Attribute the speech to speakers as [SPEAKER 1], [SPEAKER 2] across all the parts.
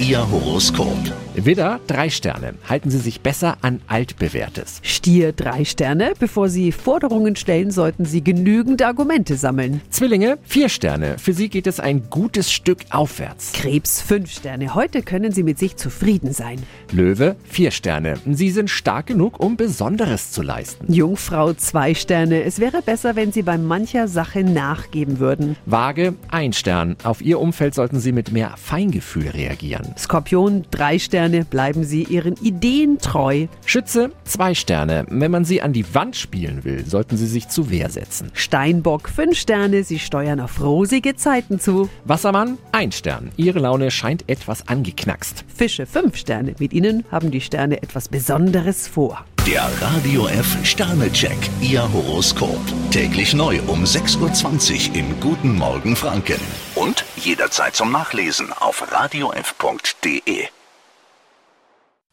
[SPEAKER 1] Ihr Horoskop.
[SPEAKER 2] Widder, drei Sterne. Halten Sie sich besser an altbewährtes.
[SPEAKER 3] Stier drei Sterne. Bevor Sie Forderungen stellen, sollten Sie genügend Argumente sammeln.
[SPEAKER 2] Zwillinge, vier Sterne. Für Sie geht es ein gutes Stück aufwärts.
[SPEAKER 3] Krebs fünf Sterne. Heute können Sie mit sich zufrieden sein.
[SPEAKER 2] Löwe, vier Sterne. Sie sind stark genug, um Besonderes zu leisten.
[SPEAKER 3] Jungfrau zwei Sterne. Es wäre besser, wenn Sie bei mancher Sache nachgeben würden.
[SPEAKER 2] Waage, ein Stern. Auf Ihr Umfeld sollten Sie mit mehr Feingefühl reagieren.
[SPEAKER 3] Skorpion drei Sterne. Bleiben Sie Ihren Ideen treu.
[SPEAKER 2] Schütze, zwei Sterne. Wenn man Sie an die Wand spielen will, sollten Sie sich zu Wehr setzen.
[SPEAKER 3] Steinbock fünf Sterne. Sie steuern auf rosige Zeiten zu.
[SPEAKER 2] Wassermann, ein Stern. Ihre Laune scheint etwas angeknackst.
[SPEAKER 3] Fische fünf Sterne. Mit Ihnen haben die Sterne etwas Besonderes vor.
[SPEAKER 1] Der Radio F Sternecheck, Ihr Horoskop. Täglich neu um 6.20 Uhr im Guten Morgen Franken. Und jederzeit zum Nachlesen auf radiof.de.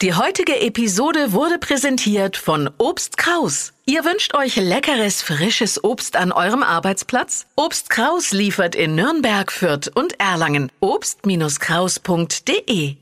[SPEAKER 4] Die heutige Episode wurde präsentiert von Obst Kraus. Ihr wünscht euch leckeres, frisches Obst an eurem Arbeitsplatz? Obst Kraus liefert in Nürnberg, Fürth und Erlangen. Obst-Kraus.de